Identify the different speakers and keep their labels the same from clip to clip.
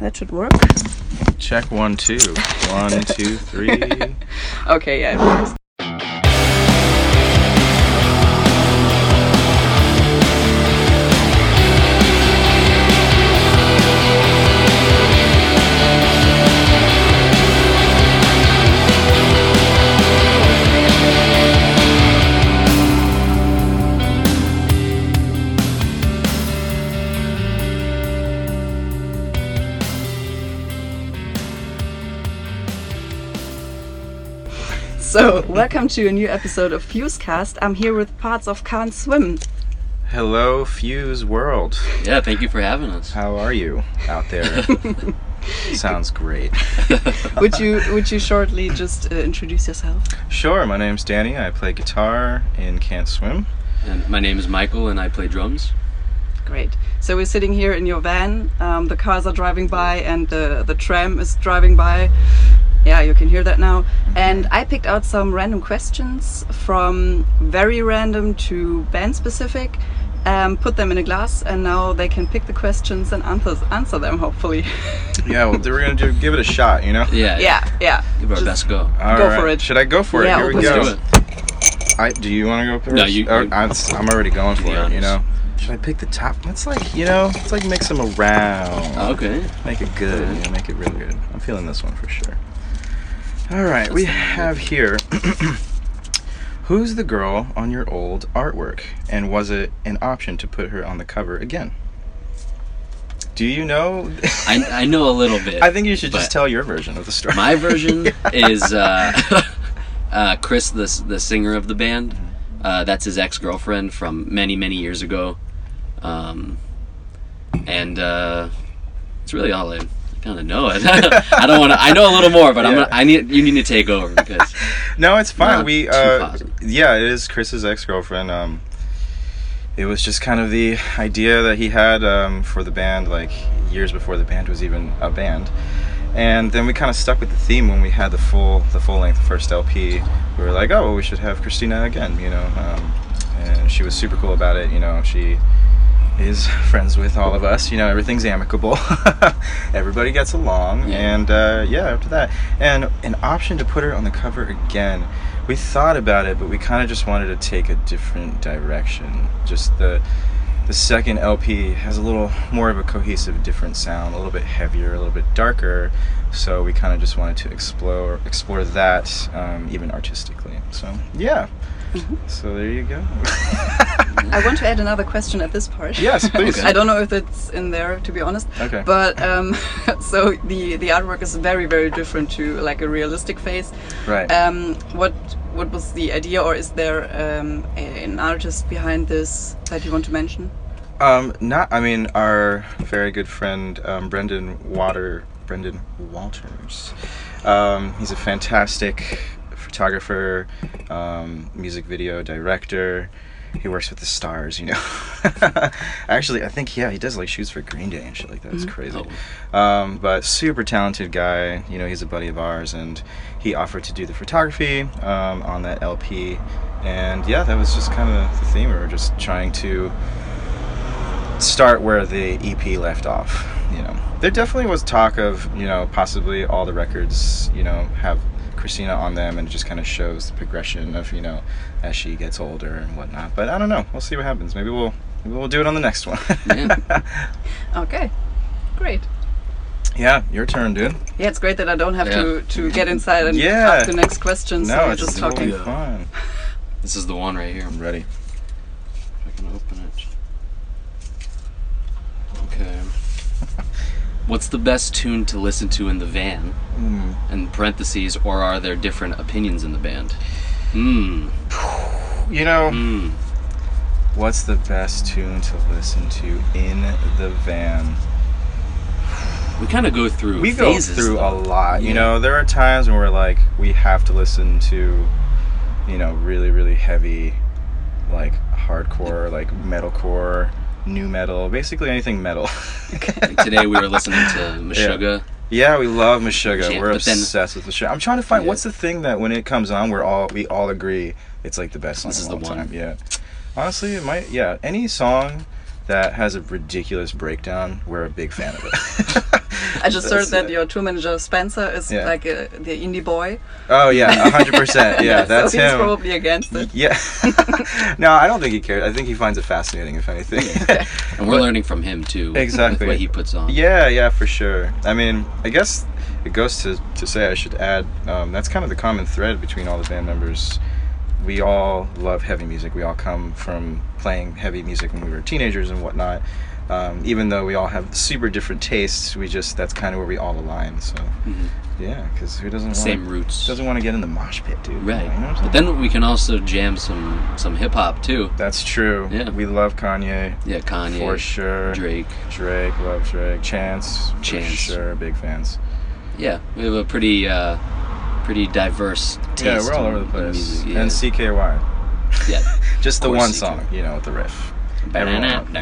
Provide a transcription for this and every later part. Speaker 1: that should work.
Speaker 2: Check one, two. One, two, three.
Speaker 1: Okay, yeah, it works. So, welcome to a new episode of Fusecast. I'm here with parts of Can't Swim.
Speaker 2: Hello, Fuse World.
Speaker 3: Yeah, thank you for having us.
Speaker 2: How are you out there? Sounds great.
Speaker 1: Would you would you shortly just uh, introduce yourself?
Speaker 2: Sure, my name's Danny. I play guitar and can't swim.
Speaker 3: And my name is Michael, and I play drums.
Speaker 1: Great. So we're sitting here in your van. Um, the cars are driving by, and the the tram is driving by. Yeah, you can hear that now. And I picked out some random questions from very random to band specific. Um, put them in a glass, and now they can pick the questions and answers, answer them. Hopefully.
Speaker 2: Yeah, well, we're gonna do, give it a shot, you know?
Speaker 3: Yeah,
Speaker 1: yeah, yeah.
Speaker 3: Give our
Speaker 1: Just-
Speaker 3: best go.
Speaker 2: All
Speaker 1: Go for it.
Speaker 2: Should I go for
Speaker 1: Yeah,
Speaker 2: it? Here we
Speaker 1: let's
Speaker 2: go.
Speaker 3: Do it.
Speaker 2: I, do you want to go first?
Speaker 3: No, you-
Speaker 2: Oh,
Speaker 3: you-
Speaker 2: I'm, s- I'm already going for
Speaker 3: be
Speaker 2: it. You
Speaker 3: honest.
Speaker 2: know. Should I pick the top? Let's like, you know, let's like mix them around.
Speaker 3: Okay.
Speaker 2: Make it good.
Speaker 3: Alright.
Speaker 2: Yeah, make it really good. I'm feeling this one for sure. All right, we have here. Who's the girl on your old artwork? And was it an option to put her on the cover again? Do you know?
Speaker 3: I, I know a little bit.
Speaker 2: I think you should just
Speaker 3: but
Speaker 2: tell your version of the story.
Speaker 3: My version is uh, uh, Chris, the s- the singer of the band. Uh, that's his ex girlfriend from many many years ago, um, and uh, it's really all I kind of know. It. I don't want to. I know a little more, but I'm.
Speaker 2: Yeah.
Speaker 3: Gonna, I need you need to take over because
Speaker 2: No, it's fine.
Speaker 3: Not
Speaker 2: we
Speaker 3: too
Speaker 2: uh,
Speaker 3: positive.
Speaker 2: yeah, it is Chris's ex girlfriend. Um, it was just kind of the idea that he had um, for the band, like years before the band was even a band. And then we kind of stuck with the theme when we had the full the full length first LP. We were like, oh, well, we should have Christina again, you know. Um, and she was super cool about it. You know, she is friends with all of us. You know, everything's amicable. Everybody gets along,
Speaker 3: Yeah.
Speaker 2: and uh, yeah, after that, and an option to put her on the cover again. We thought about it, but we kind of just wanted to take a different direction. Just the the second LP has a little more of a cohesive, different sound, a little bit heavier, a little bit darker. So we kind of just wanted to explore explore that um, even artistically. So yeah. So there you go.
Speaker 1: Mm-hmm. I want to add another question at this part.
Speaker 2: yes, please.
Speaker 3: Okay.
Speaker 1: I don't know if it's in there, to be honest.
Speaker 2: Okay.
Speaker 1: But um, so the the artwork is very very different to like a realistic face.
Speaker 2: Right.
Speaker 1: Um, what what was the idea, or is there um, a- an artist behind this that you want to mention?
Speaker 2: Um, not. I mean, our very good friend um, Brendan Water, Brendan Walters. Um, he's a fantastic photographer, um, music video director. He works with the stars, you know. Actually, I think yeah, he does like shoots for Green Day and shit like that. It's
Speaker 3: oh,
Speaker 2: crazy. Um, but super talented guy. You know, he's a buddy of ours, and he offered to do the photography um, on that LP. And yeah, that was just kind of the theme. We were just trying to start where the EP left off. You know, there definitely was talk of you know possibly all the records you know have Christina on them, and it just kind of shows the progression of you know as she gets older and whatnot. But I don't know. We'll see what happens. Maybe we'll maybe we'll do it on the next one.
Speaker 3: Yeah.
Speaker 1: Okay, great.
Speaker 2: yeah, your turn, dude.
Speaker 1: Yeah, it's great that I don't have to to get inside and
Speaker 2: Yeah.
Speaker 1: ask the next question. so
Speaker 2: No,
Speaker 1: we're
Speaker 2: it's
Speaker 1: just
Speaker 2: just
Speaker 1: talking.
Speaker 2: totally
Speaker 3: Yeah.
Speaker 2: fun.
Speaker 3: this is the one right here.
Speaker 2: I'm ready.
Speaker 3: I can open it. Okay. What's the best tune to listen to in the van? In parentheses, or are there different opinions in the band? Hmm.
Speaker 2: You know,
Speaker 3: Hmm.
Speaker 2: what's the best tune to listen to in the van?
Speaker 3: We kind of go through.
Speaker 2: we go
Speaker 3: phases,
Speaker 2: through a
Speaker 3: though.
Speaker 2: lot you
Speaker 3: Yeah.
Speaker 2: know there are times when we're like we have to listen to you know really really heavy like hardcore like metalcore new metal basically anything metal
Speaker 3: Like today we were listening to Meshuggah.
Speaker 2: yeah we love Meshuggah
Speaker 3: Yeah,
Speaker 2: we're
Speaker 3: but then-
Speaker 2: obsessed with Meshuggah I'm trying to find
Speaker 3: Yeah.
Speaker 2: what's the thing that when it comes on we're all we all agree it's like the best song
Speaker 3: This is
Speaker 2: of all
Speaker 3: the one.
Speaker 2: time yeah honestly it might yeah any song that has a ridiculous breakdown we're a big fan of it
Speaker 1: I just heard
Speaker 2: That's
Speaker 1: that
Speaker 2: it.
Speaker 1: your tour manager Spencer is
Speaker 2: Yeah.
Speaker 1: like uh the indie boy.
Speaker 2: Oh yeah, hundred percent. Yeah, that's
Speaker 1: so he's
Speaker 2: him.
Speaker 1: probably against it.
Speaker 2: Yeah. no, I don't think he cared. I think he finds it fascinating, if anything.
Speaker 3: and we're learning from him too.
Speaker 2: Exactly.
Speaker 3: With what he puts on.
Speaker 2: yeah, yeah, for sure. I mean, I guess it goes to, to say I should add um, that's kind of the common thread between all the band members. We all love heavy music. We all come from playing heavy music when we were teenagers and whatnot. Um, even though we all have super different tastes, we just that's kind of where we all align. So,
Speaker 3: Mhm.
Speaker 2: yeah, because who doesn't
Speaker 3: Same
Speaker 2: wanna,
Speaker 3: roots.
Speaker 2: doesn't want to get in the mosh pit, dude?
Speaker 3: Right.
Speaker 2: You know what I'm saying?
Speaker 3: But then we can also jam some some hip hop too.
Speaker 2: That's true.
Speaker 3: Yeah.
Speaker 2: We love Kanye.
Speaker 3: Yeah, Kanye,
Speaker 2: For sure.
Speaker 3: Drake.
Speaker 2: Drake, love Drake. Chance. for
Speaker 3: Chance.
Speaker 2: sure, big fans.
Speaker 3: Yeah, we have a pretty uh, pretty diverse taste.
Speaker 2: yeah, we're all
Speaker 3: in-
Speaker 2: over the
Speaker 3: in
Speaker 2: place.
Speaker 3: music, yeah.
Speaker 2: And CKY.
Speaker 3: yeah.
Speaker 2: Just the
Speaker 3: course
Speaker 2: one
Speaker 3: CKY.
Speaker 2: song, you know, with the riff. Everyone-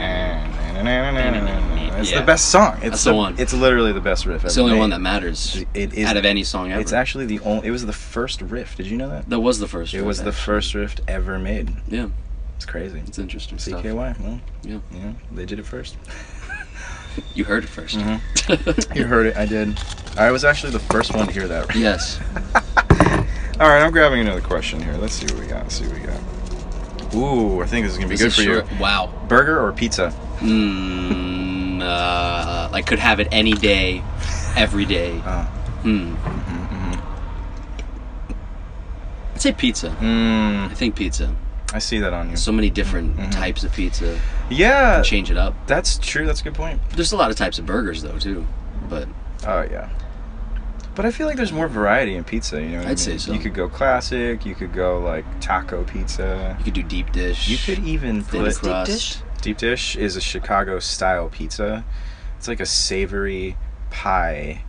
Speaker 2: It's
Speaker 3: Yeah.
Speaker 2: the best song. It's
Speaker 3: That's the one.
Speaker 2: It's literally the best riff.
Speaker 3: That's the
Speaker 2: ever
Speaker 3: only one that
Speaker 2: made.
Speaker 3: matters
Speaker 2: It is.
Speaker 3: out of any song ever.
Speaker 2: It's actually the only. It was the first riff. Did you know that?
Speaker 3: that was the first.
Speaker 2: It
Speaker 3: one,
Speaker 2: was the
Speaker 3: actually.
Speaker 2: first riff ever made.
Speaker 3: Yeah,
Speaker 2: It's crazy.
Speaker 3: it's interesting stuff.
Speaker 2: CKY. Well,
Speaker 3: Yeah.
Speaker 2: You know, they did it first.
Speaker 3: You heard it 1st
Speaker 2: You heard it. I did. I was actually the first one to hear that.
Speaker 3: yes.
Speaker 2: All right, I'm grabbing another question here. Let's see what we got. Let's see what we got. Ooh, I think this is gonna be
Speaker 3: This
Speaker 2: good
Speaker 3: is
Speaker 2: for
Speaker 3: short.
Speaker 2: you.
Speaker 3: Wow.
Speaker 2: Burger or pizza?
Speaker 3: Mm, uh, I could have it any day, every day.
Speaker 2: Oh.
Speaker 3: Hmm.
Speaker 2: mm-hmm.
Speaker 3: I'd say pizza.
Speaker 2: Mm,
Speaker 3: I think pizza.
Speaker 2: I see that on you.
Speaker 3: So many different
Speaker 2: Mhm.
Speaker 3: types of pizza.
Speaker 2: Yeah,
Speaker 3: Change it up.
Speaker 2: that's true. That's a good point.
Speaker 3: There's a lot of types of burgers though too, but
Speaker 2: Oh yeah. But I feel like there's more variety in pizza. You know, what I
Speaker 3: I'd say
Speaker 2: mean?
Speaker 3: so.
Speaker 2: You could go classic. You could go like taco pizza.
Speaker 3: you could do deep dish.
Speaker 2: You could even
Speaker 3: thin
Speaker 2: put
Speaker 3: crust.
Speaker 1: dish?
Speaker 2: deep dish is a Chicago style pizza. It's like a savory pie.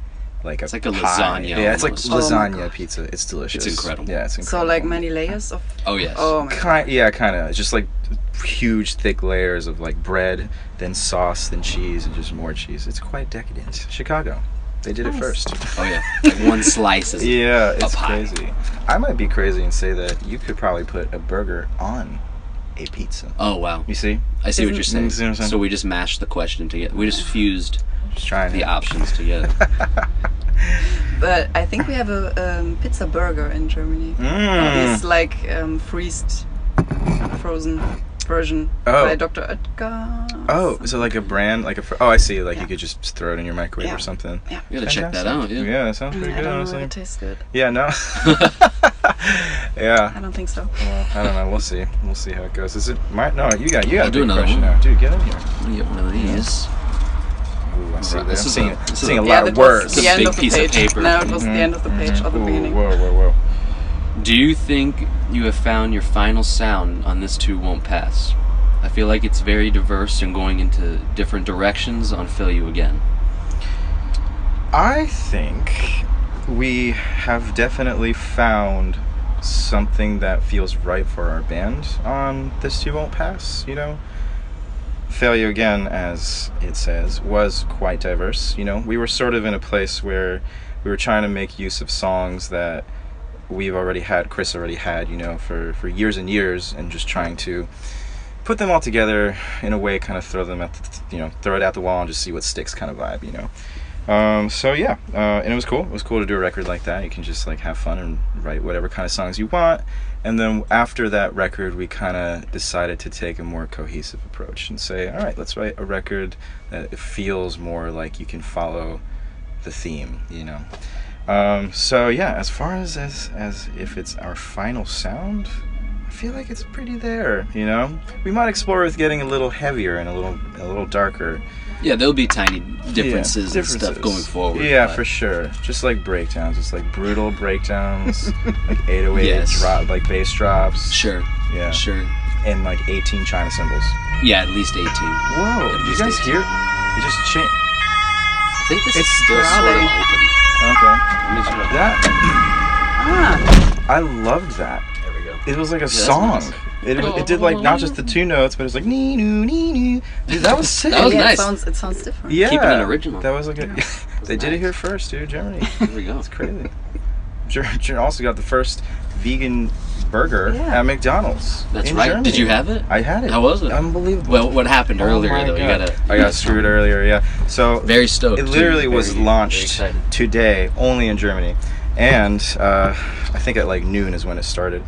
Speaker 2: Like a
Speaker 3: It's like a
Speaker 2: pie.
Speaker 3: lasagna
Speaker 2: Yeah, it's like
Speaker 3: almost.
Speaker 1: Oh my
Speaker 2: lasagna pizza. It's delicious.
Speaker 3: incredible.
Speaker 2: Yeah, it's
Speaker 1: So
Speaker 2: incredible.
Speaker 1: like many layers of
Speaker 3: Oh yes.
Speaker 1: oh my god.
Speaker 2: Kind, yeah, kind of. Just like huge, thick layers of like bread, then sauce, then cheese, and just more cheese. It's quite decadent. Chicago, they did it
Speaker 1: Nice.
Speaker 2: first.
Speaker 3: Oh yeah. Like one slice is
Speaker 2: Yeah, it's
Speaker 3: pie.
Speaker 2: crazy. I might be crazy and say that you could probably put a burger on a pizza.
Speaker 3: Oh wow.
Speaker 2: You see?
Speaker 3: I see
Speaker 1: Isn't-
Speaker 3: what you're saying.
Speaker 2: You Mm, see what I'm saying?
Speaker 3: So we just mashed the question together. We just fused
Speaker 2: Just trying
Speaker 3: the
Speaker 2: it.
Speaker 3: options together.
Speaker 1: But I think we have a um, pizza burger in Germany.
Speaker 3: Hmm.
Speaker 2: Mm.
Speaker 1: It's like um, freezed, frozen version
Speaker 2: Oh.
Speaker 1: by Dr. Oetker.
Speaker 2: Oh, so like a brand, like a. Fr- oh, I see. Like you could just throw it in your microwave
Speaker 1: Yeah.
Speaker 2: or something.
Speaker 3: You gotta check that out.
Speaker 2: Fantastic.
Speaker 3: Yeah.
Speaker 2: that sounds
Speaker 1: Mm,
Speaker 2: pretty
Speaker 1: I
Speaker 2: good,
Speaker 1: don't know if
Speaker 2: honestly.
Speaker 1: it tastes good.
Speaker 2: Yeah, no.
Speaker 1: I
Speaker 2: yeah.
Speaker 1: don't think so.
Speaker 2: Well, I don't know. We'll see. We'll see how it goes. Is it my? No, you got. You got
Speaker 3: I'll
Speaker 2: a
Speaker 3: do
Speaker 2: big
Speaker 3: another
Speaker 2: question
Speaker 3: one.
Speaker 2: now, dude. Get in here.
Speaker 3: Let me get one of these.
Speaker 2: Ooh, I see
Speaker 3: Right,
Speaker 2: that.
Speaker 3: this
Speaker 2: I'm
Speaker 3: is
Speaker 2: seeing,
Speaker 3: a-
Speaker 2: I'm
Speaker 3: this is
Speaker 2: seeing
Speaker 3: a-
Speaker 2: a
Speaker 1: yeah,
Speaker 2: lot
Speaker 1: that
Speaker 2: of
Speaker 1: was
Speaker 2: words.
Speaker 3: It's
Speaker 1: the
Speaker 3: a
Speaker 1: end
Speaker 3: big
Speaker 1: of the
Speaker 3: piece of
Speaker 1: page.
Speaker 3: paper. Mm-hmm.
Speaker 1: No, it was the
Speaker 2: Mhm.
Speaker 1: end of the page or the
Speaker 2: Ooh,
Speaker 1: beginning.
Speaker 2: Whoa, whoa, whoa.
Speaker 3: Do you think you have found your final sound on this two won't pass? I feel like it's very diverse and going into different directions on Fill You Again.
Speaker 2: I think we have definitely found something that feels right for our band on This Too Won't Pass, you know? Failure Again, as it says, was quite diverse, you know? We were sort of in a place where we were trying to make use of songs that we've already had, Chris already had, you know, for, for years and years, and just trying to put them all together in a way, kind of throw them at, the, you know, throw it at the wall and just see what sticks kind of vibe, you know? Um, so yeah, uh, and it was cool. It was cool to do a record like that. You can just like have fun and write whatever kind of songs you want. And then after that record, we kind of decided to take a more cohesive approach and say, all right, let's write a record that feels more like you can follow the theme, you know. Um, so yeah, as far as as as if it's our final sound, I feel like it's pretty there, you know. We might explore with getting a little heavier and a little a little darker.
Speaker 3: Yeah, there'll be tiny differences,
Speaker 2: Yeah,
Speaker 3: and stuff
Speaker 2: differences.
Speaker 3: going forward.
Speaker 2: Yeah,
Speaker 3: but-
Speaker 2: for sure. Just like breakdowns, just like brutal breakdowns, like 808
Speaker 3: Yes.
Speaker 2: drop, like bass drops.
Speaker 3: Sure,
Speaker 2: Yeah.
Speaker 3: sure.
Speaker 2: And like 18 China cymbals.
Speaker 3: Yeah, at least 18.
Speaker 2: Whoa!
Speaker 3: At
Speaker 2: You
Speaker 3: least
Speaker 2: guys
Speaker 3: 18.
Speaker 2: hear? It just changed.
Speaker 3: I think this
Speaker 2: It's
Speaker 3: is still sort of
Speaker 1: throbbing.
Speaker 3: open.
Speaker 2: Okay.
Speaker 3: Let me sort of-
Speaker 2: That
Speaker 1: Ah,
Speaker 2: I loved that.
Speaker 3: There we go.
Speaker 2: It was like a
Speaker 3: that's
Speaker 2: song.
Speaker 3: nice.
Speaker 2: It, was- it did like not just the two notes, but it was like nee noo nee noo. Dude, that was sick.
Speaker 3: That was
Speaker 1: yeah,
Speaker 3: nice.
Speaker 1: it sounds it sounds different.
Speaker 2: Yeah.
Speaker 3: Keeping it original.
Speaker 2: That was like a. they did it
Speaker 3: nice.
Speaker 2: here first, dude. Germany.
Speaker 3: There we go.
Speaker 2: It's crazy. Ger- Ger- also got the first vegan burger
Speaker 1: Yeah.
Speaker 2: at McDonald's.
Speaker 3: That's
Speaker 2: in
Speaker 3: right. Did
Speaker 2: Germany.
Speaker 3: you have it?
Speaker 2: I had it.
Speaker 3: How was it?
Speaker 2: Unbelievable.
Speaker 3: Well, what happened
Speaker 2: Oh
Speaker 3: earlier
Speaker 2: my
Speaker 3: though? You
Speaker 2: God.
Speaker 3: gotta.
Speaker 2: I got screwed earlier. Yeah. So
Speaker 3: Very stoked.
Speaker 2: it
Speaker 3: too.
Speaker 2: literally was
Speaker 3: Very-
Speaker 2: launched
Speaker 3: very excited.
Speaker 2: today, only in Germany, and uh, I think at like noon is when it started.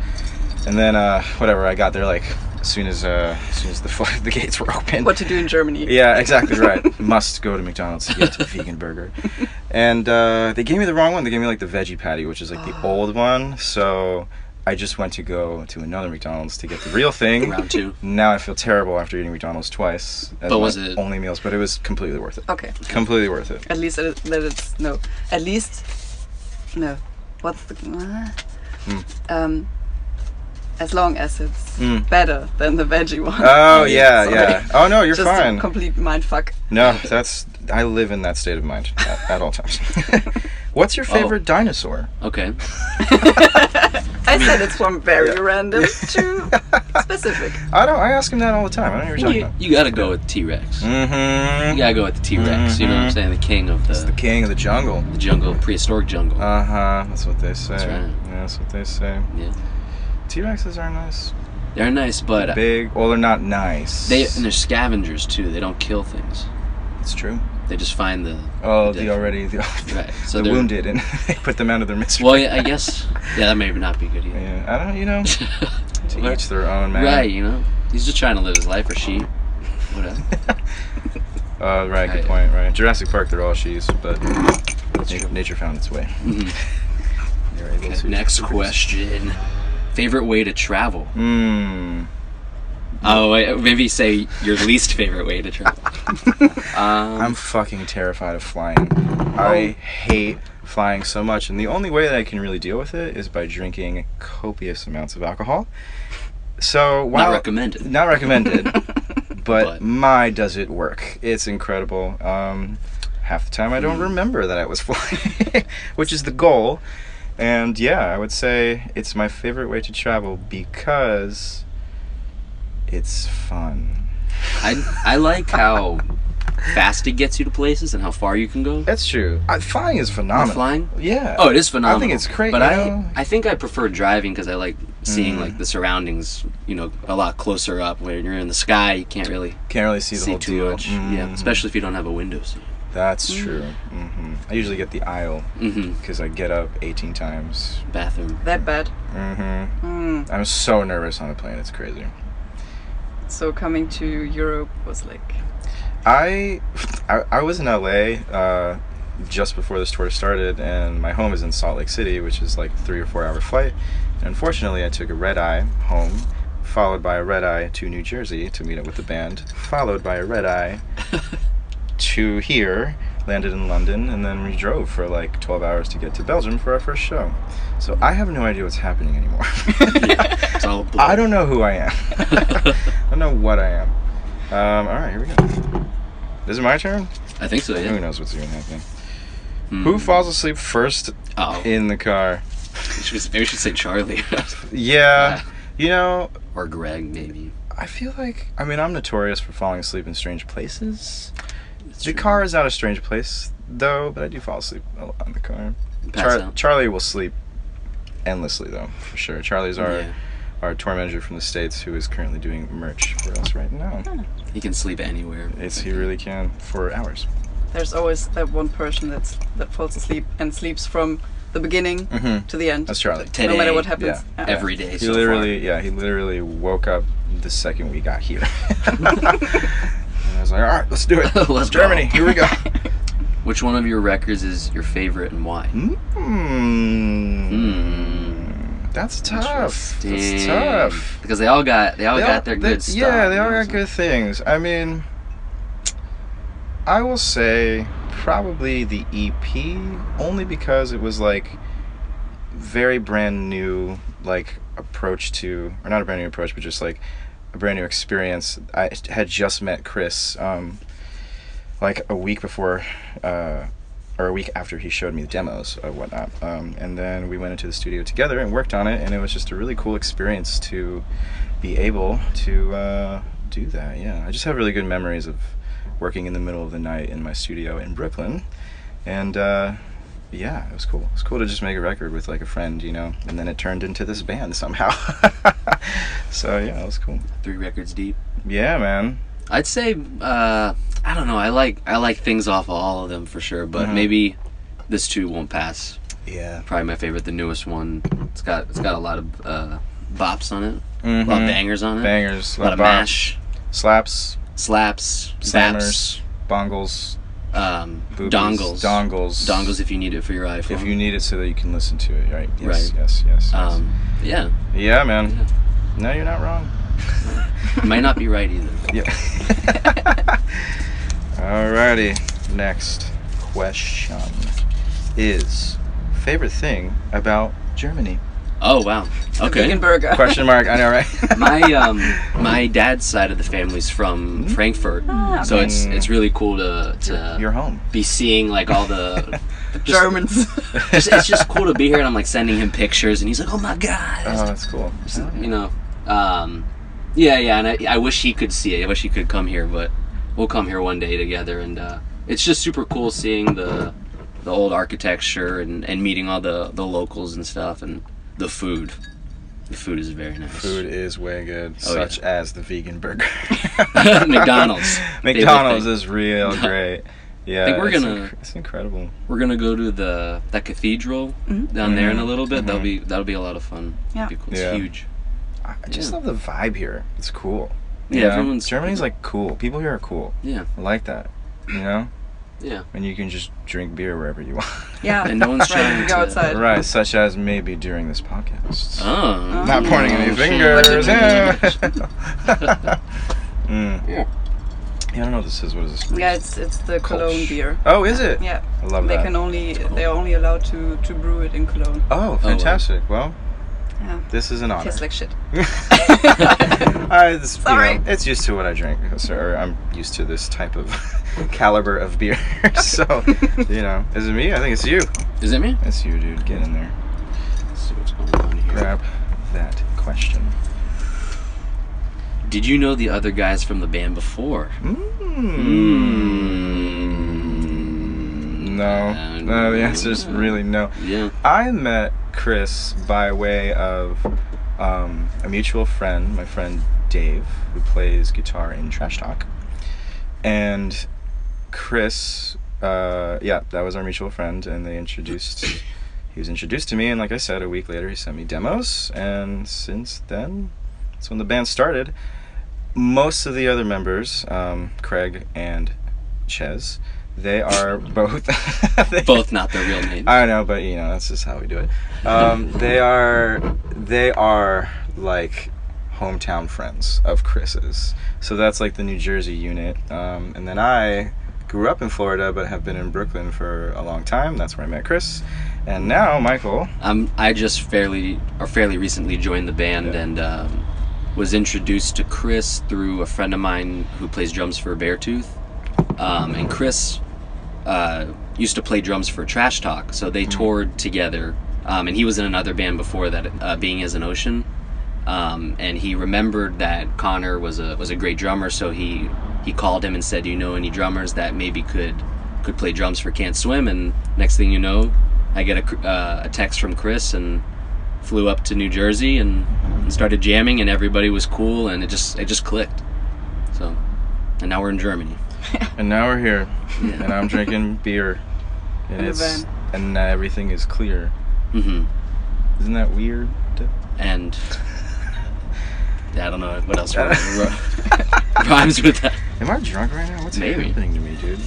Speaker 2: And then uh, whatever, I got there like as soon as uh, as soon as the fl- the gates were open.
Speaker 1: What to do in Germany?
Speaker 2: Yeah, exactly right. Must go to McDonald's to get a vegan burger. And uh, they gave me the wrong one. They gave me like the veggie patty, which is like
Speaker 3: Ah.
Speaker 2: the old one. So I just went to go to another McDonald's to get the real thing.
Speaker 3: round two.
Speaker 2: Now I feel terrible after eating McDonald's twice. as
Speaker 3: But
Speaker 2: my
Speaker 3: was it-
Speaker 2: only meals? But it was completely worth it.
Speaker 1: Okay.
Speaker 2: Completely worth it.
Speaker 1: At least it, that it's no. At least no. What's the
Speaker 2: Hmm.
Speaker 1: uh, um? As long as it's
Speaker 2: Mm.
Speaker 1: better than the veggie one.
Speaker 2: Oh yeah,
Speaker 1: Sorry.
Speaker 2: yeah. Oh no, you're
Speaker 1: Just
Speaker 2: fine.
Speaker 1: a complete mind fuck.
Speaker 2: no, that's I live in that state of mind at, at all times. What's your
Speaker 3: Oh.
Speaker 2: favorite dinosaur?
Speaker 3: Okay.
Speaker 1: I said it's from very random to specific.
Speaker 2: I don't. I ask him that all the time. I don't know what you're talking
Speaker 3: You,
Speaker 2: about.
Speaker 3: you gotta go with T Rex.
Speaker 2: Mm-hmm.
Speaker 3: You gotta go with the T Rex. You know what I'm
Speaker 2: Mhm.
Speaker 3: saying? The king of
Speaker 2: It's the
Speaker 3: the,
Speaker 2: king of the jungle.
Speaker 3: the jungle, prehistoric jungle.
Speaker 2: Uh huh. That's what they say.
Speaker 3: That's right.
Speaker 2: Yeah, that's what they say.
Speaker 3: yeah.
Speaker 2: T Rexes are nice.
Speaker 3: They're nice, but uh,
Speaker 2: Big. Well, they're not nice.
Speaker 3: they and they're scavengers too. They don't kill things.
Speaker 2: It's true.
Speaker 3: They just find the
Speaker 2: Oh,
Speaker 3: the
Speaker 2: the
Speaker 3: dead-
Speaker 2: already the,
Speaker 3: Right, so
Speaker 2: the
Speaker 3: they're-
Speaker 2: wounded and they put them out of their misery.
Speaker 3: Well, yeah, I guess. Yeah, that may not be good either.
Speaker 2: Yeah, I don't. You know, to each their own, man.
Speaker 3: right, you know, he's just trying to live his life, or she, whatever.
Speaker 2: Uh, right, good
Speaker 3: Right.
Speaker 2: point. Right, Jurassic Park, they're all she's, but
Speaker 3: That's
Speaker 2: na-
Speaker 3: true.
Speaker 2: nature found its way.
Speaker 3: Mhm.
Speaker 2: They're able
Speaker 3: Okay,
Speaker 2: to-
Speaker 3: Next question. Favorite way to travel?
Speaker 2: Hmm.
Speaker 3: Oh, wait, maybe say your least favorite way to travel.
Speaker 2: I'm
Speaker 3: Um,
Speaker 2: fucking terrified of flying. I
Speaker 3: Oh.
Speaker 2: hate flying so much, and the only way that I can really deal with it is by drinking copious amounts of alcohol. So
Speaker 3: not
Speaker 2: while
Speaker 3: recommended.
Speaker 2: not recommended, but,
Speaker 3: But-
Speaker 2: my does it work? It's incredible. Um, half the time I
Speaker 3: Hmm.
Speaker 2: don't remember that I was flying, which is the goal. And yeah, I would say it's my favorite way to travel because it's fun.
Speaker 3: I I like how fast it gets you to places and how far you can go.
Speaker 2: That's true. I, flying is phenomenal.
Speaker 3: flying?
Speaker 2: Yeah.
Speaker 3: Oh, it is phenomenal.
Speaker 2: it's great,
Speaker 3: But
Speaker 2: you
Speaker 3: I
Speaker 2: know?
Speaker 3: I think I prefer driving because I like seeing
Speaker 2: Mm.
Speaker 3: like the surroundings. You know, a lot closer up. When you're in the sky, you can't really
Speaker 2: Can't really see the
Speaker 3: see
Speaker 2: whole
Speaker 3: too
Speaker 2: deal.
Speaker 3: much. Yeah,
Speaker 2: Mhm.
Speaker 3: especially Mm. if you don't have a window seat.
Speaker 2: That's true. hmm I usually get the aisle
Speaker 3: Mm-hmm.
Speaker 2: because I get up 18 times.
Speaker 3: Bathroom.
Speaker 1: That bad.
Speaker 2: hmm
Speaker 1: Mm.
Speaker 2: I'm so nervous on a plane. It's crazy.
Speaker 1: So coming to Europe was like
Speaker 2: I, I, I was in LA uh, just before this tour started, and my home is in Salt Lake City, which is like a three or four hour flight. And unfortunately, I took a red eye home, followed by a red eye to New Jersey to meet up with the band, followed by a red eye to here, landed in London, and then we drove for like 12 hours to get to Belgium for our first show. So I have no idea what's happening anymore.
Speaker 3: It's all blue.
Speaker 2: I don't know who I am. I don't know what I am. Um, all right, here we go. This is my turn.
Speaker 3: I think so.
Speaker 2: Who
Speaker 3: Yeah.
Speaker 2: knows what's gonna happen?
Speaker 3: Hmm.
Speaker 2: Who falls asleep first
Speaker 3: Oh,
Speaker 2: in the car?
Speaker 3: we should- maybe we should say Charlie
Speaker 2: Yeah, you know,
Speaker 3: or Greg, maybe.
Speaker 2: I feel like I mean I'm notorious for falling asleep in strange places. The car is not a strange place though, but I do fall asleep a lot in the car.
Speaker 3: Pass
Speaker 2: Char-
Speaker 3: out.
Speaker 2: Charlie will sleep endlessly though, for sure. Charlie's our
Speaker 3: Oh, Yeah.
Speaker 2: our tour manager from the states who is currently doing merch for us right now.
Speaker 3: Hmm. He can sleep anywhere.
Speaker 2: It's he really can for hours.
Speaker 1: there's always that one person that's that falls asleep and sleeps from the beginning
Speaker 2: Mhm.
Speaker 1: to the end.
Speaker 2: That's Charlie.
Speaker 1: no
Speaker 3: Today,
Speaker 1: matter what happens. Uh-uh.
Speaker 2: yeah.
Speaker 1: Yeah.
Speaker 3: Every day.
Speaker 2: He
Speaker 3: so
Speaker 2: literally, yeah, he literally woke up the second we got here. and I was like, all right, let's do it.
Speaker 3: Let's go."
Speaker 2: Germany, here we go.
Speaker 3: Far. Which one of your records is your favorite and why?
Speaker 2: Hmm.
Speaker 3: Hmm.
Speaker 2: mm. That's tough. That's
Speaker 3: Interesting.
Speaker 2: tough.
Speaker 3: Because they all got they all
Speaker 2: They all-
Speaker 3: got their
Speaker 2: they-
Speaker 3: good stuff.
Speaker 2: Yeah, they
Speaker 3: you
Speaker 2: all
Speaker 3: know,
Speaker 2: got
Speaker 3: so-
Speaker 2: good things. I mean, I will say probably the EP, only because it was like very brand new, like approach to, or not a brand new approach, but just like a brand new experience. I had just met Chris, um, like a week before, uh, or a week after he showed me the demos or whatnot. Um, and then we went into the studio together and worked on it, and it was just a really cool experience to be able to uh, do that. Yeah, I just have really good memories of working in the middle of the night in my studio in Brooklyn, and uh, yeah, it was cool. It's cool to just make a record with like a friend, you know, and then it turned into this band somehow. so yeah, it was cool.
Speaker 3: Three records deep.
Speaker 2: Yeah, man.
Speaker 3: I'd say uh, I don't know. I like I like things off of all of them for sure, but
Speaker 2: Mhm.
Speaker 3: maybe this too won't pass.
Speaker 2: Yeah.
Speaker 3: Probably my favorite, the newest one. It's got it's got a lot of uh, bops on it,
Speaker 2: Mhm.
Speaker 3: a lot of bangers on it,
Speaker 2: Bangers,
Speaker 3: a lot of
Speaker 2: bop-
Speaker 3: mash,
Speaker 2: slaps,
Speaker 3: slaps,
Speaker 2: slammers, bongles,
Speaker 3: baps, um,
Speaker 2: boobies,
Speaker 3: dongles,
Speaker 2: dongles,
Speaker 3: dongles if you need it for your iPhone.
Speaker 2: If you need it so that you can listen to it, right? Yes,
Speaker 3: Right.
Speaker 2: yes, yes. yes.
Speaker 3: um, yeah,
Speaker 2: yeah, man. No, you're not wrong.
Speaker 3: might not be right either.
Speaker 2: Yeah. Alrighty. Next question is favorite thing about Germany?
Speaker 3: Oh wow, okay.
Speaker 1: Vegan burger.
Speaker 2: Question mark. I know, right?
Speaker 3: my um my dad's side of the family's from
Speaker 2: Mm-hmm.
Speaker 3: Frankfurt,
Speaker 1: Ah,
Speaker 3: so
Speaker 1: okay.
Speaker 3: it's it's really cool to to
Speaker 2: Your home.
Speaker 3: be seeing like all the just-
Speaker 1: Germans.
Speaker 3: just- it's just cool to be here, and I'm like sending him pictures, and he's like, "Oh my god!"
Speaker 2: Oh, that's cool.
Speaker 3: So, you know, um, yeah, yeah. And I, I wish he could see it. I wish he could come here, but we'll come here one day together, and uh, it's just super cool seeing the the old architecture and, and meeting all the the locals and stuff, and the food. The food is very nice.
Speaker 2: Food is way good,
Speaker 3: Oh,
Speaker 2: such as the vegan burger.
Speaker 3: McDonald's.
Speaker 2: McDonald's
Speaker 3: Favorite
Speaker 2: is real great. Yeah,
Speaker 3: think we're
Speaker 2: it's
Speaker 3: gonna-
Speaker 2: inc- it's incredible.
Speaker 3: We're gonna go to the that cathedral
Speaker 1: Mhm.
Speaker 3: down there in a
Speaker 2: Mhm,
Speaker 3: little bit. That'll
Speaker 2: mhm.
Speaker 3: be that'll be a lot of fun.
Speaker 1: Yeah.
Speaker 3: It'd be cool. It's
Speaker 2: Yeah.
Speaker 3: huge.
Speaker 2: I I just
Speaker 3: Yeah.
Speaker 2: love the vibe here. It's cool.
Speaker 3: Yeah,
Speaker 2: You know?
Speaker 3: everyone's-
Speaker 2: Germany's like cool. People here are cool.
Speaker 3: Yeah.
Speaker 2: I like that. You know,
Speaker 3: Yeah.
Speaker 2: and you can just drink beer wherever you want.
Speaker 1: yeah.
Speaker 3: And no one's
Speaker 1: Right,
Speaker 3: trying
Speaker 1: we
Speaker 3: to.
Speaker 1: go outside.
Speaker 2: Right, such as maybe during this podcast.
Speaker 3: Oh.
Speaker 2: Not pointing any
Speaker 3: Oh, shit.
Speaker 2: fingers. Yeah.
Speaker 3: What
Speaker 2: Mm.
Speaker 3: Yeah.
Speaker 2: yeah, I don't know what this is. What is this?
Speaker 1: Yeah, it's it's the Cologne
Speaker 2: Kolsch.
Speaker 1: beer.
Speaker 2: Oh, is it?
Speaker 1: Yeah,
Speaker 2: I love
Speaker 1: they
Speaker 2: that.
Speaker 1: can only they're only allowed to to brew it in Cologne.
Speaker 2: Oh, fantastic. Well,
Speaker 1: Yeah.
Speaker 2: this is an honor.
Speaker 1: Tastes like shit.
Speaker 2: I, it's, you know,
Speaker 1: Sorry.
Speaker 2: it's used to what I drink, so or I'm used to this type of caliber of beer. so, you know, is it me? I think it's you.
Speaker 3: did you do? Is it me?
Speaker 2: It's you, dude. Get in there.
Speaker 3: Let's see what's going on here.
Speaker 2: Grab that question.
Speaker 3: Did you know the other guys from the band before?
Speaker 2: Hmm. Mm. No.
Speaker 3: Uh,
Speaker 2: No, the answer is really no.
Speaker 3: Yeah.
Speaker 2: I met Chris by way of um, a mutual friend, my friend Dave, who plays guitar in Trash Talk. And Chris, uh, yeah, that was our mutual friend, and they introduced. He was introduced to me, and like I said, a week later he sent me demos, and since then, that's when the band started. Most of the other members, um, Craig and Ches, they are both they-
Speaker 3: Both not their real names.
Speaker 2: I know, but you know, that's just how we do it. Um, they are they are like hometown friends of Chris's. So that's like the New Jersey unit. Um, and then I grew up in Florida, but have been in Brooklyn for a long time. That's where I met Chris. And now Michael.
Speaker 3: Um, I just fairly or fairly recently joined the band
Speaker 2: Yeah.
Speaker 3: and um, was introduced to Chris through a friend of mine who plays drums for Beartooth. Um, and Chris uh, used to play drums for Trash Talk, so
Speaker 2: Hmm.
Speaker 3: they toured together. Um, and he was in another band before that, uh, Being as an Ocean. Um, and he remembered that Connor was a was a great drummer, so he he called him and said, "Do you know any drummers that maybe could could play drums for Can't Swim?" And next thing you know, I get a cr- uh, a text from Chris and flew up to New Jersey and, and started jamming, and everybody was cool, and it just it just clicked. So, and now we're in Germany.
Speaker 2: And now we're here.
Speaker 3: Yeah.
Speaker 2: And I'm drinking beer. And
Speaker 1: In the
Speaker 2: it's
Speaker 1: van.
Speaker 2: and everything is clear.
Speaker 3: hmm
Speaker 2: Isn't that weird?
Speaker 3: And yeah, I don't know what else rhymes, rhymes with that.
Speaker 2: Am I drunk right now? What's
Speaker 3: Maybe.
Speaker 2: happening to me, dude?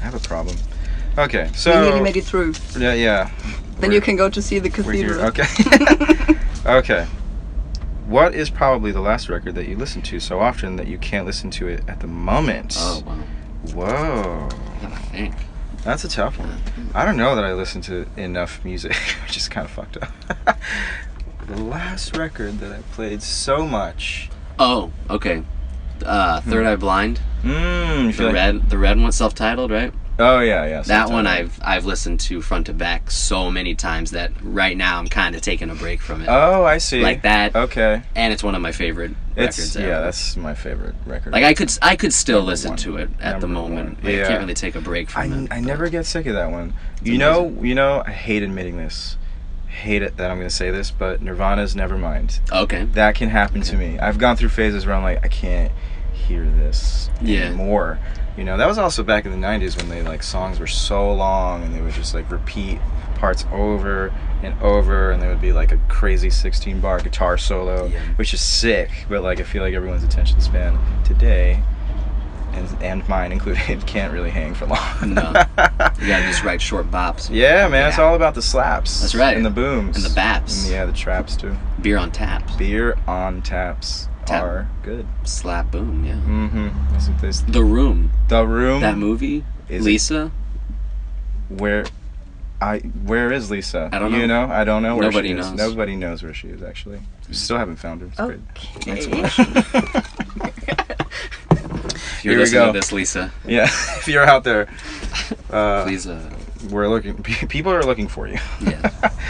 Speaker 2: I have a problem. Okay,
Speaker 1: We
Speaker 2: so
Speaker 1: nearly made it through.
Speaker 2: yeah, yeah.
Speaker 1: Then
Speaker 2: We're-
Speaker 1: you can go to see the
Speaker 2: We're here.
Speaker 1: cathedral.
Speaker 2: Okay. okay. What is probably the last record that you listen to so often that you can't listen to it at the moment?
Speaker 3: Oh wow,
Speaker 2: Whoa.
Speaker 3: I think.
Speaker 2: That's a tough one. I don't know that I listen to enough music, which is kind of fucked up. the last record that I played so much.
Speaker 3: Oh, okay. Uh, Third Eye Blind,
Speaker 2: Mmm.
Speaker 3: the red, the red one, self-titled, right?
Speaker 2: Oh yeah, yeah.
Speaker 3: That one
Speaker 2: sometime.
Speaker 3: I've I've listened to front to back so many times that right now I'm kind of taking a break from it.
Speaker 2: Oh, I see.
Speaker 3: Like that.
Speaker 2: Okay.
Speaker 3: and it's one of my favorite
Speaker 2: It's
Speaker 3: records. ever.
Speaker 2: yeah, that's my favorite record.
Speaker 3: like I could s- I could still listen
Speaker 2: one.
Speaker 3: to it at the
Speaker 2: Number one.
Speaker 3: moment. Like, I
Speaker 2: Yeah.
Speaker 3: can't really take a break
Speaker 2: I,
Speaker 3: from it.
Speaker 2: I
Speaker 3: but-
Speaker 2: never get sick of that one. You know, you know, I hate admitting this. Hate it that I'm gonna say this, but Nirvana's Nevermind.
Speaker 3: Okay.
Speaker 2: That can happen to me. I've gone through phases where I'm like, I can't hear this
Speaker 3: Yeah.
Speaker 2: anymore. You know, that was also back in the '90s when they like songs were so long and they would just like repeat parts over and over, and there would be like a crazy 16-bar guitar solo,
Speaker 3: Yeah.
Speaker 2: which is sick. But like, I feel like everyone's attention span today. And, and mine included can't really hang for long.
Speaker 3: No. You gotta just write short bops.
Speaker 2: Yeah, man, it's
Speaker 3: Yeah.
Speaker 2: all about the slaps.
Speaker 3: That's right.
Speaker 2: And the booms.
Speaker 3: And the baps.
Speaker 2: And, yeah, the traps too.
Speaker 3: Beer on tap.
Speaker 2: Beer on taps
Speaker 3: Tap.
Speaker 2: are good.
Speaker 3: Slap boom. Yeah.
Speaker 2: Mm-hmm. That's what they. s-
Speaker 3: The Room.
Speaker 2: The room.
Speaker 3: That movie.
Speaker 2: Mm. Is it-
Speaker 3: Lisa.
Speaker 2: where, I where is Lisa?
Speaker 3: I don't
Speaker 2: You know, I don't know where
Speaker 3: Nobody
Speaker 2: she is.
Speaker 3: knows.
Speaker 2: Nobody knows where she is actually. We still haven't found her. It's great. Next
Speaker 1: Okay.
Speaker 2: question.
Speaker 3: If
Speaker 2: Here
Speaker 3: you're
Speaker 2: we
Speaker 3: listening
Speaker 2: go.
Speaker 3: to this, Lisa.
Speaker 2: yeah, if you're out there, uh,
Speaker 3: Please. Uh,
Speaker 2: we're looking. People are looking for you.
Speaker 3: yeah.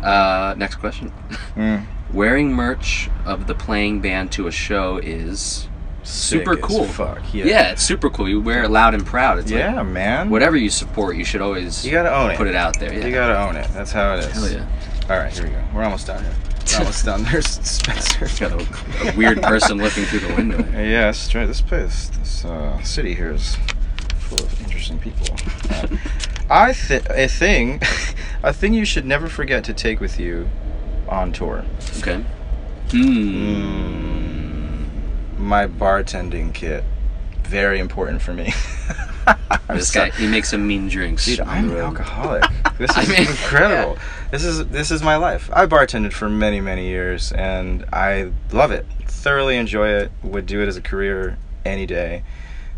Speaker 3: Uh, next question.
Speaker 2: Mm.
Speaker 3: Wearing merch of the playing band to a show is super
Speaker 2: Sick as
Speaker 3: cool.
Speaker 2: Fuck
Speaker 3: Yeah. it's super cool. You wear it loud and proud. It's like,
Speaker 2: Yeah, man.
Speaker 3: whatever you support, you should always
Speaker 2: You gotta own it.
Speaker 3: put it out there. Yeah.
Speaker 2: You gotta own it. That's how it is.
Speaker 3: Hell yeah.
Speaker 2: All right, here we go. We're almost done. here. We're almost done. There's Spencer.
Speaker 3: Got a, a weird person looking through the window.
Speaker 2: Yeah, that's right. This place, this uh, city here is full of interesting people. Uh, I th- a thing, a thing you should never forget to take with you on tour.
Speaker 3: Okay.
Speaker 2: Mm.
Speaker 3: Hmm.
Speaker 2: My bartending kit, very important for me. I'm
Speaker 3: This
Speaker 2: so-
Speaker 3: guy, he makes some mean drinks.
Speaker 2: Dude,
Speaker 3: on
Speaker 2: I'm
Speaker 3: the
Speaker 2: an
Speaker 3: road.
Speaker 2: alcoholic. This
Speaker 3: I
Speaker 2: is
Speaker 3: mean,
Speaker 2: incredible. This is this is my life. I bartended for many many years, and I love it. Thoroughly enjoy it. Would do it as a career any day.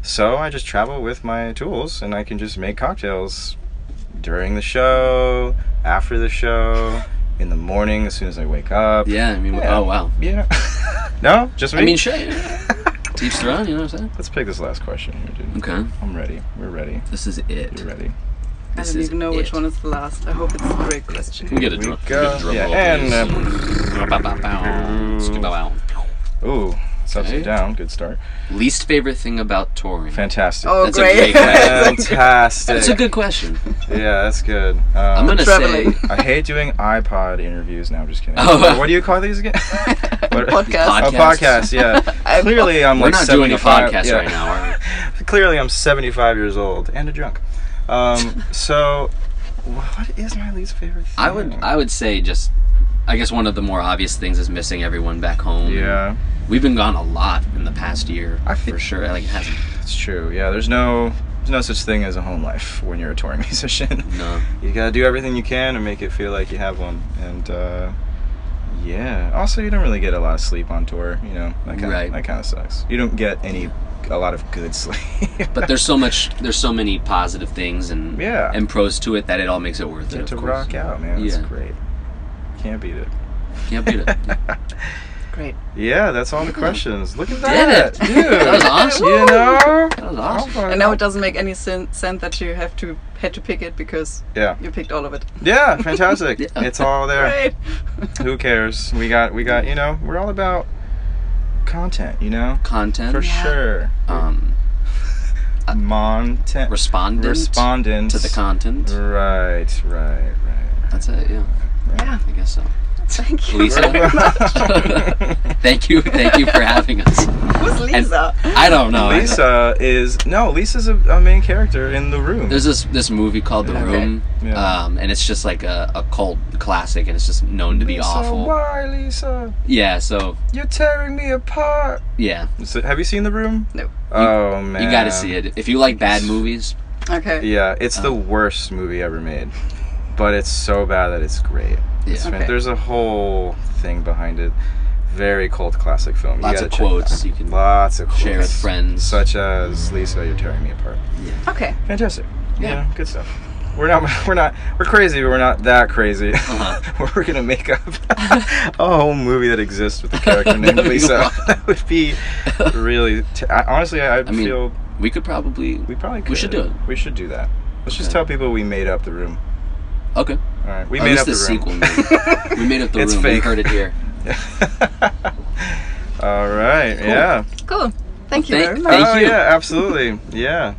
Speaker 2: So I just travel with my tools, and I can just make cocktails during the show, after the show, in the morning as soon as I wake up.
Speaker 3: Yeah, I mean,
Speaker 2: Yeah.
Speaker 3: oh wow.
Speaker 2: Yeah. no, just me.
Speaker 3: I mean, shit. To each their own, you know what I'm saying?
Speaker 2: Let's pick this last question here, dude.
Speaker 3: Okay,
Speaker 2: I'm ready. We're ready.
Speaker 3: this is it.
Speaker 2: You're ready.
Speaker 1: I
Speaker 3: This
Speaker 1: don't
Speaker 3: is
Speaker 1: even know which
Speaker 3: it.
Speaker 1: one is the last. I hope it's the great question.
Speaker 3: Can we get a
Speaker 2: We
Speaker 3: drum? can
Speaker 2: go.
Speaker 3: we get a drum
Speaker 2: Yeah,
Speaker 3: roll,
Speaker 2: and, um,
Speaker 3: please? Ba-ba-ba-bow. Skibow-wow.
Speaker 2: Ooh, it's upside
Speaker 3: Hey.
Speaker 2: down. Good start.
Speaker 3: Least favorite thing about touring.
Speaker 2: Fantastic.
Speaker 1: Oh,
Speaker 3: That's a
Speaker 1: great.
Speaker 3: great question.
Speaker 2: Fantastic.
Speaker 3: That's a good question.
Speaker 2: Yeah, that's good. Um,
Speaker 3: I'm gonna
Speaker 1: traveling.
Speaker 3: say
Speaker 2: I hate doing iPod interviews. No, I'm just kidding.
Speaker 3: Oh.
Speaker 2: What do you call these again? What-
Speaker 1: Podcast.
Speaker 2: A podcast. Yeah.
Speaker 1: I'm-
Speaker 2: clearly, I'm
Speaker 3: we're
Speaker 2: like
Speaker 3: not doing a
Speaker 2: 75
Speaker 3: podcast
Speaker 2: yeah.
Speaker 3: right now. Are
Speaker 2: Clearly, I'm 75 years old and a drunk. Um, so, what is my least favorite? Thing?
Speaker 3: we? I would I would say just I guess one of the more obvious things is missing everyone back home.
Speaker 2: Yeah,
Speaker 3: We've been gone a lot in the past year,
Speaker 2: I think-
Speaker 3: for sure. Like it hasn't.
Speaker 2: it's true. Yeah, there's no there's no such thing as a home life when you're a touring musician.
Speaker 3: No.
Speaker 2: you gotta do everything you can to make it feel like you have one and uh yeah also you don't really get a lot of sleep on tour you know that kind of
Speaker 3: Right.
Speaker 2: that kind of sucks you don't get any a lot of good sleep
Speaker 3: But there's so much. There's so many positive things and
Speaker 2: Yeah.
Speaker 3: and pros to it that it all makes it worth
Speaker 2: get
Speaker 3: it.
Speaker 2: to
Speaker 3: Of course.
Speaker 2: rock out man it's
Speaker 3: Yeah.
Speaker 2: great can't beat it
Speaker 3: Can't beat it.
Speaker 1: Great.
Speaker 2: yeah that's all the questions look at that
Speaker 3: Did it.
Speaker 2: dude
Speaker 3: That was awesome.
Speaker 2: you know Oh
Speaker 3: That was awesome.
Speaker 1: And now it doesn't make any sen- sense that you have to had to pick it because
Speaker 2: yeah
Speaker 1: you picked all of it.
Speaker 2: yeah fantastic
Speaker 3: Yeah.
Speaker 2: it's all there
Speaker 1: Great.
Speaker 2: who cares we got we got you know we're all about content you know
Speaker 3: Content.
Speaker 2: for sure
Speaker 3: Um,
Speaker 2: Monten-
Speaker 3: uh, respondent.
Speaker 2: respondents
Speaker 3: to the content.
Speaker 2: Right, right, right.
Speaker 3: That's it. Yeah.
Speaker 1: Yeah.
Speaker 3: I guess so.
Speaker 1: Thank you
Speaker 3: Lisa.
Speaker 1: very much.
Speaker 3: thank you. Thank you for having us.
Speaker 1: Who's Lisa?
Speaker 3: I don't know. I-
Speaker 2: Lisa is no. Lisa's a, a main character in the room.
Speaker 3: There's this this movie called The
Speaker 1: Okay.
Speaker 3: Room,
Speaker 2: Yeah.
Speaker 3: um, and it's just like a, a cult classic, and it's just known to be
Speaker 2: Lisa,
Speaker 3: awful.
Speaker 2: Why, Lisa?
Speaker 3: Yeah. So
Speaker 2: You're tearing me apart.
Speaker 3: yeah,
Speaker 2: So, have you seen the room?
Speaker 1: No.
Speaker 2: Oh man.
Speaker 3: you got to see it Oh. if you like bad movies.
Speaker 1: Okay.
Speaker 2: Yeah, it's the worst movie ever made, but it's so bad that it's great. It's
Speaker 3: Yeah.
Speaker 2: fan-
Speaker 1: Okay.
Speaker 2: There's a whole thing behind it. Very cult classic film. You
Speaker 3: Lots
Speaker 2: gotta
Speaker 3: of
Speaker 2: check it
Speaker 3: quotes
Speaker 2: out.
Speaker 3: you can
Speaker 2: Lots of quotes.
Speaker 3: share with friends.
Speaker 2: Such as Lisa, you're tearing me apart.
Speaker 1: Okay.
Speaker 2: Fantastic.
Speaker 3: Yeah.
Speaker 2: Yeah, good stuff. We're not, we're not, we're crazy, but we're not that crazy.
Speaker 3: Uh-huh.
Speaker 2: we're gonna make up a whole movie that exists with the character
Speaker 3: That'd
Speaker 2: named
Speaker 3: be
Speaker 2: Lisa.
Speaker 3: wild.
Speaker 2: that would be really. T- I, honestly, I, I'd
Speaker 3: I mean-
Speaker 2: feel
Speaker 3: We could probably.
Speaker 2: We probably could.
Speaker 3: We should do it.
Speaker 2: We should do that. Let's just
Speaker 3: Okay.
Speaker 2: tell people we made up the room.
Speaker 3: Okay.
Speaker 2: All right, we
Speaker 3: Or at
Speaker 2: made
Speaker 3: least
Speaker 2: up the,
Speaker 3: the sequel
Speaker 2: room.
Speaker 3: name. We made up the
Speaker 2: It's
Speaker 3: room. We
Speaker 2: fake.
Speaker 3: heard it here.
Speaker 2: All right. Yeah.
Speaker 1: Cool. Thank you
Speaker 3: Thank-
Speaker 1: very much.
Speaker 3: thank
Speaker 2: oh
Speaker 3: you.
Speaker 2: yeah, absolutely. Yeah.